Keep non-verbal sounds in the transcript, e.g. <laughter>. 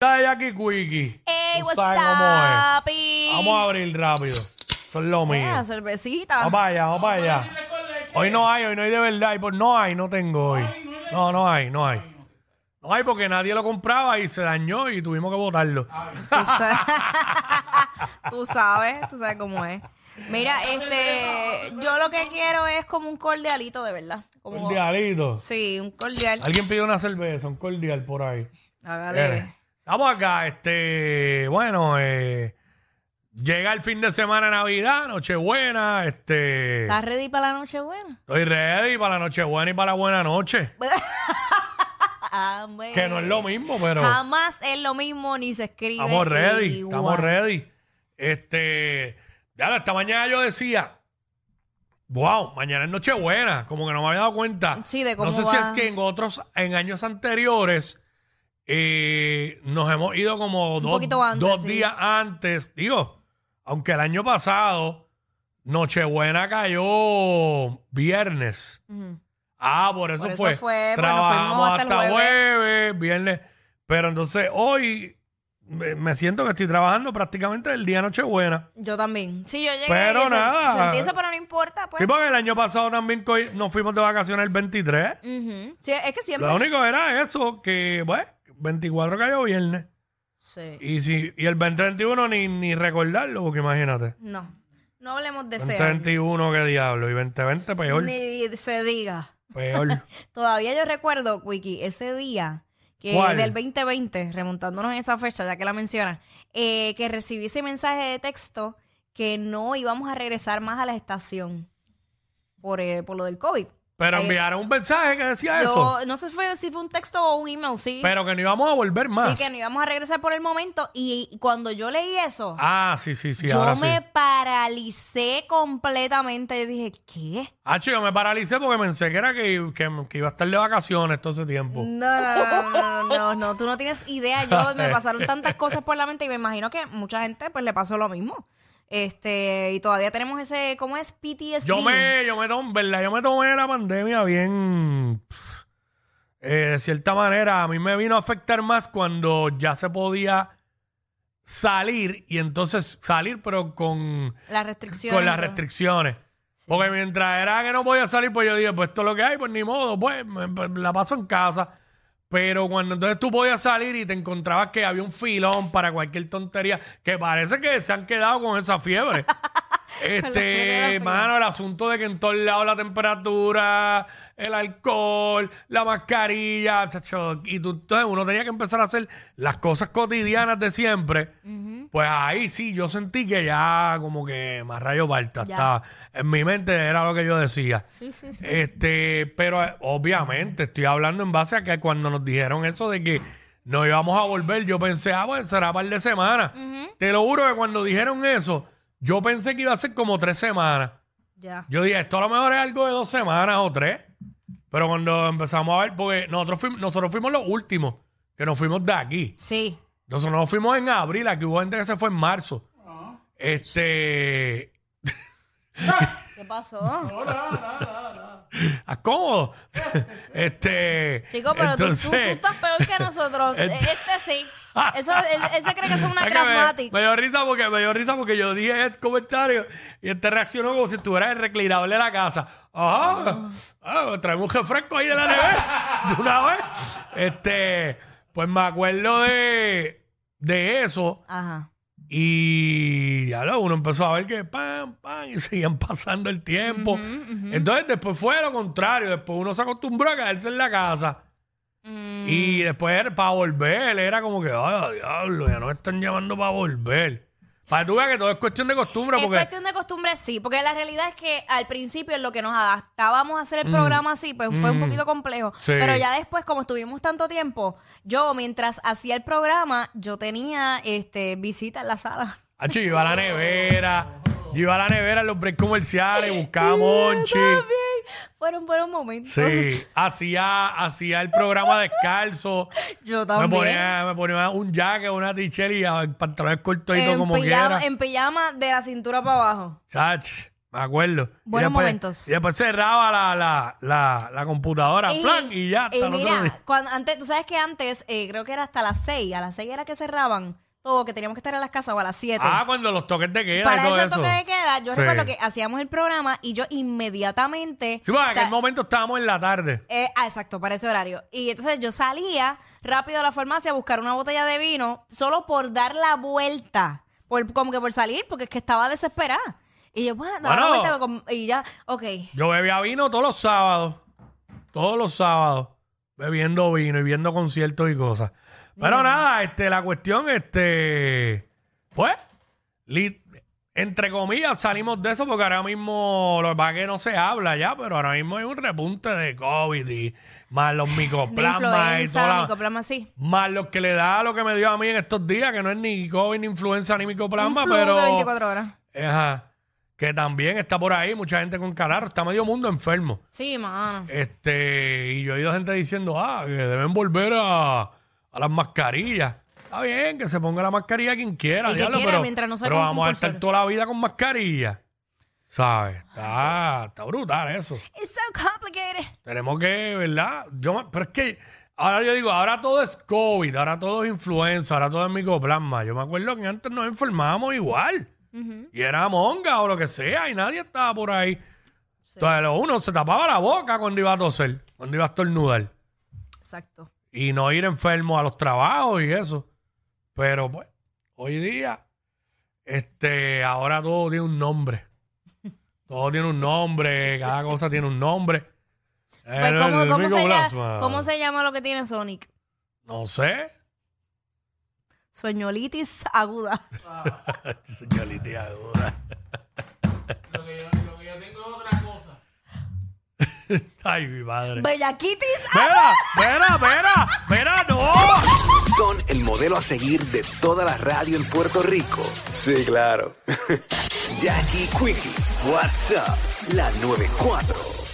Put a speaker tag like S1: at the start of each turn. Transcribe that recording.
S1: La de Jackie Quickie.
S2: ¡Ey,
S1: Tú
S2: what's
S1: sabes cómo
S2: up?
S1: es. Vamos a abrir rápido. Son lo mío.
S2: Ah, cervecita.
S1: Vamos para allá, vamos para allá. Hoy no hay, hoy no hay de verdad. Y por no hay, no tengo hoy. No, no hay, no hay. No hay porque nadie lo compraba y se dañó y tuvimos que botarlo.
S2: <laughs> Tú sabes, tú sabes, tú sabes cómo es. Mira, este, yo lo que quiero es como un cordialito de verdad.
S1: <laughs>
S2: Como-
S1: Cordialito.
S2: Sí, un cordial.
S1: Alguien pidió una cerveza, un cordial por ahí. eh.
S2: Hágale.
S1: Estamos acá, este, bueno, eh, llega el fin de semana Navidad, Nochebuena, este,
S2: ¿Estás ready para la noche buena? <laughs>
S1: estoy ready para la Nochebuena y para la buena noche, que no es lo mismo, pero
S2: Ah, Jamás es lo mismo ni se escribe.
S1: estamos ready,
S2: igual.
S1: estamos ready. Este, ya esta mañana yo decía, wow, mañana es Nochebuena, como que no me había dado cuenta.
S2: Sí, de cómo
S1: no sé si
S2: va.
S1: es que en otros, en años anteriores, eh, nos hemos ido como dos,
S2: poquito antes,
S1: dos
S2: sí.
S1: días antes. Digo, aunque el año pasado, Nochebuena cayó viernes.
S2: Ujú.
S1: Ah, por eso,
S2: Por eso
S1: fue.
S2: fue, porque nos
S1: Trabajamos
S2: fuimos hasta
S1: hasta,
S2: el
S1: jueves. viernes. Pero entonces hoy me, me siento que estoy trabajando prácticamente el día Nochebuena.
S2: Yo también. Sí, yo llegué.
S1: Pero
S2: y se-
S1: nada.
S2: Sentí eso, pero no importa. Pues.
S1: Sí, porque el año pasado también co- nos fuimos de vacaciones el 23.
S2: Ujú. Sí, es que siempre.
S1: Lo único era eso, que, bueno, 24 cayó viernes.
S2: Sí.
S1: Y, si, y el 2021 ni, ni recordarlo, porque imagínate.
S2: No. No hablemos de ese año.
S1: 2021, qué diablo. Y 2020, peor.
S2: Ni se diga. <laughs>
S1: Peor.
S2: Todavía yo recuerdo, Wiki, ese día que
S1: ¿Cuál?
S2: del 2020, remontándonos en esa fecha, ya que la mencionas, eh, que recibí ese mensaje de texto que no íbamos a regresar más a la estación por, eh, por lo del COVID.
S1: Pero
S2: Eh,
S1: enviaron un mensaje que decía eso.
S2: Yo no sé fue- si fue un texto o un email, sí.
S1: Pero que no íbamos a volver más.
S2: sí, que no íbamos a regresar por el momento. Y cuando yo leí eso,
S1: Ah, sí, sí, sí.
S2: yo
S1: ahora
S2: me
S1: sí.
S2: paralicé completamente. Yo dije, ¿qué?
S1: Ah, yo me paralicé porque pensé que era que, que- que iba a estar de vacaciones todo ese tiempo.
S2: No, no, no, no, no, no, no, tú no tienes idea.
S1: <laughs>
S2: Yo me pasaron tantas cosas por la mente y me imagino que mucha gente pues le pasó lo mismo. Este, y todavía tenemos ese, ¿cómo es? PTSD.
S1: Yo me, yo me tomé, ¿verdad? Yo me tomé la pandemia bien. pff, eh, de cierta manera, a mí me vino a afectar más cuando ya se podía salir y entonces salir, pero con,
S2: Las restricciones.
S1: con las
S2: y todo.
S1: restricciones. Porque mientras era que no podía salir, pues yo dije, pues esto es lo que hay, pues ni modo, pues me- me- la paso en casa. Pero cuando entonces tú podías salir y te encontrabas que había un filón para cualquier tontería, que parece que se han quedado con esa
S2: <laughs>
S1: fiebre.
S2: fiebre de la
S1: este,
S2: fiebre.
S1: hermano, el asunto de que en todos lados la temperatura, el alcohol, la mascarilla, chacho, y tú, entonces uno tenía que empezar a hacer las cosas cotidianas de siempre. Pues ahí sí, yo sentí que ya como que más rayo balta
S2: Ya.
S1: estaba. En mi mente era lo que yo decía.
S2: Sí, sí, sí.
S1: Este, pero eh, obviamente estoy hablando en base a que cuando nos dijeron eso de que no íbamos a volver, yo pensé, ah, pues será par de semanas. Te lo juro que cuando dijeron eso, yo pensé que iba a ser como tres semanas.
S2: Ya.
S1: Yo dije, esto a lo mejor es algo de dos semanas o tres. Pero cuando empezamos a ver, porque nosotros fuimos, nosotros fuimos los últimos que nos fuimos de aquí.
S2: Sí.
S1: Nosotros nos fuimos en abril, aquí hubo gente que se fue en marzo. Este.
S2: ¿Qué pasó?
S1: ¿a ¿Cómo? <laughs> este.
S2: Chicos, pero tú- tú, tú,
S1: entonces-
S2: estás peor
S1: <laughs>
S2: que nosotros.
S1: Ent-
S2: este sí. Eso, él, él se cree que eso es una
S1: Es que me-
S2: Craftmatic.
S1: Me, dio risa porque me dio risa porque yo dije ese comentario y este reaccionó como si estuviera el reclinable de la casa. Ajá. Ah, traemos un refresco ahí de la nevera <laughs> de una vez. Este, pues me acuerdo de, de eso.
S2: Ajá.
S1: Y ya lo, uno empezó a ver que pam, pam, y <laughs> seguían pasando el tiempo. Entonces después fue lo contrario, después uno se acostumbró a quedarse en la casa.
S2: Mm,
S1: Y después era para volver, era como que, ay, diablo, ya no me están llamando para volver. Para que tú veas que todo es cuestión de costumbre,
S2: Es
S1: porque
S2: cuestión de costumbre, sí, porque la realidad es que al principio en lo que nos adaptábamos a hacer el programa así, pues fue un poquito complejo.
S1: Mm. Sí.
S2: Pero ya después, como estuvimos tanto tiempo, yo mientras hacía el programa, yo tenía este visita en la sala.
S1: acho, yo iba a la nevera, yo iba a la nevera en los breaks comerciales, buscaba monchi.
S2: <laughs> También fueron buenos momentos.
S1: Sí, hacía, hacía el programa descalzo.
S2: <laughs> Yo
S1: Me
S2: también.
S1: ponía, me ponía un jacket, una t-shirt y ah, pantalones cortos y todo
S2: en,
S1: como
S2: pijama,
S1: quiera.
S2: en pijama de la cintura para abajo.
S1: Chach, Me acuerdo. Y después-
S2: Buenos momentos.
S1: Y después cerraba la, la, la, la computadora. plan, y ya. hasta
S2: y
S1: el otro
S2: mira,
S1: día.
S2: cuando, antes, tú sabes que antes, eh, creo que era hasta las 6, a las 6 era que cerraban todo, que teníamos que estar en las casas o a las 7.
S1: Ah, cuando los toques de queda y
S2: Para
S1: todo
S2: ese
S1: eso.
S2: toque de queda, yo
S1: Sí.
S2: recuerdo que hacíamos el programa y yo inmediatamente...
S1: Sí, porque en
S2: o sea,
S1: aquel momento estábamos en la tarde.
S2: eh, ah, exacto, para ese horario. Y entonces yo salía rápido a la farmacia a buscar una botella de vino solo por dar la vuelta, por, como que por salir, porque es que estaba desesperada. Y yo, pues, daba la
S1: Bueno.
S2: vuelta con- y ya, ok.
S1: Yo bebía vino todos los sábados. Todos los sábados. Bebiendo vino y viendo conciertos y cosas. Pero nada, este, la cuestión, este. Pues, li- entre comillas, salimos de eso porque ahora mismo lo que pasa es que no se habla ya, pero ahora mismo hay un repunte de COVID y más los
S2: <laughs> De
S1: micoplasmas y
S2: influenza,
S1: toda la-
S2: micoplasma, sí.
S1: Más lo que le da lo que me dio a mí en estos días, que no es ni COVID, ni influenza, ni micoplasma,
S2: Un flu
S1: pero.
S2: de 24 horas.
S1: Ajá. Que también está por ahí, mucha gente con catarro, está medio mundo enfermo.
S2: Sí, mano.
S1: Este, y yo he oído gente diciendo, ah, que deben volver a, a las mascarillas. Está bien, que se ponga la mascarilla quien quiera,
S2: Y que
S1: diablo,
S2: quiera,
S1: pero,
S2: mientras no sea
S1: pero
S2: con
S1: vamos a estar
S2: compulsorio.
S1: toda la vida con mascarilla. ¿Sabes? Está, está brutal eso.
S2: It's so complicated.
S1: Tenemos que, ¿verdad? Yo, me- pero es que ahora yo digo, ahora todo es COVID, ahora todo es influenza, ahora todo es micoplasma. Yo me acuerdo que antes nos enfermábamos igual. Y era monga o lo que sea, y nadie estaba por ahí. Entonces, lo uno se tapaba la boca cuando iba a toser, cuando iba a estornudar.
S2: Exacto.
S1: Y no ir enfermo a los trabajos y eso. Pero pues, hoy día, este, ahora todo tiene un nombre. Todo tiene un nombre, cada cosa tiene un nombre.
S2: Pues,
S1: El-
S2: ¿cómo,
S1: el
S2: cómo se
S1: micoplasma.
S2: llama, ¿Cómo se llama lo que tiene Sonic?
S1: No sé.
S2: Sueñolitis aguda.
S1: Señorita duda.
S3: Lo que, yo, lo que yo tengo es otra cosa.
S1: <laughs> Ay, mi madre.
S2: Bellaquitis.
S1: Espera, espera, espera, espera, no.
S4: Son el modelo a seguir de toda la radio en Puerto Rico. Sí, claro. Jackie Quickie, WhatsApp, la 94.